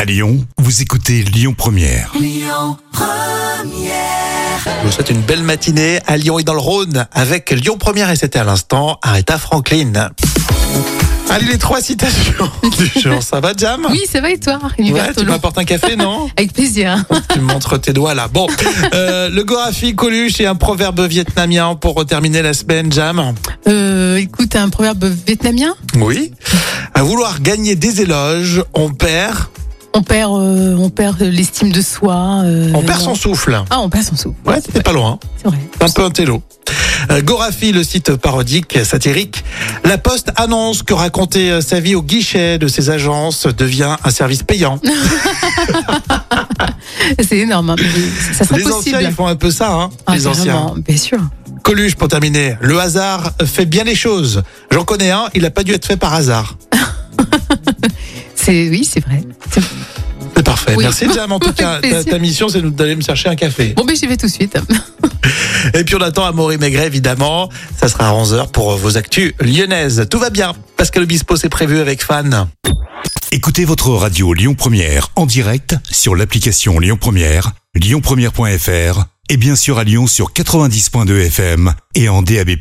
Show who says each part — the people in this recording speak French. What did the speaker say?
Speaker 1: À Lyon, vous écoutez Lyon Première.
Speaker 2: Je vous souhaite une belle matinée à Lyon et dans le Rhône avec Lyon Première et c'était à l'instant Aretha Franklin. Allez les trois citations du jour, ça va Jam
Speaker 3: Oui, ça va et toi, Rémi
Speaker 2: Ouais, tu
Speaker 3: Bertolon
Speaker 2: m'apportes un café, non
Speaker 3: Avec plaisir.
Speaker 2: Tu me montres tes doigts là. Bon, euh, le Gorafi Coluche et un proverbe vietnamien pour terminer la semaine, Jam.
Speaker 3: Euh, écoute, un proverbe vietnamien
Speaker 2: Oui. À vouloir gagner des éloges, on perd,
Speaker 3: on perd, euh, on perd l'estime de soi. euh,
Speaker 2: on perd son souffle.
Speaker 3: Ah, on perd son souffle.
Speaker 2: Ouais, t'es pas loin.
Speaker 3: C'est vrai.
Speaker 2: un peu un télo. Euh, Gorafi, le site parodique satirique, La Poste annonce que raconter euh, sa vie au guichet de ses agences devient un service payant.
Speaker 3: C'est énorme. hein. Ça sera
Speaker 2: Les
Speaker 3: possible.
Speaker 2: anciens, ils font un peu ça, hein,
Speaker 3: Ah,
Speaker 2: les anciens.
Speaker 3: carrément, Bien sûr.
Speaker 2: Coluche, pour terminer, le hasard fait bien les choses. J'en connais un, il n'a pas dû être fait par hasard.
Speaker 3: C'est oui, c'est vrai. C'est-
Speaker 2: C'est parfait.
Speaker 3: Oui.
Speaker 2: Merci, Jam. En tout
Speaker 3: Avec
Speaker 2: cas, ta,
Speaker 3: plaisir.
Speaker 2: ta mission, c'est d'aller me chercher un café.
Speaker 3: Bon, ben j'y vais tout de suite.
Speaker 2: Et puis, on attend Amaury Maigret, évidemment. Ça sera à 11h pour euh, vos actus lyonnaises. Tout va bien. Pascal Obispo, c'est prévu avec Fan.
Speaker 1: Écoutez votre radio Lyon Première en direct sur l'application Lyon Première, lyonpremière.fr et bien sûr à Lyon sur 90.2 FM et en DAB+.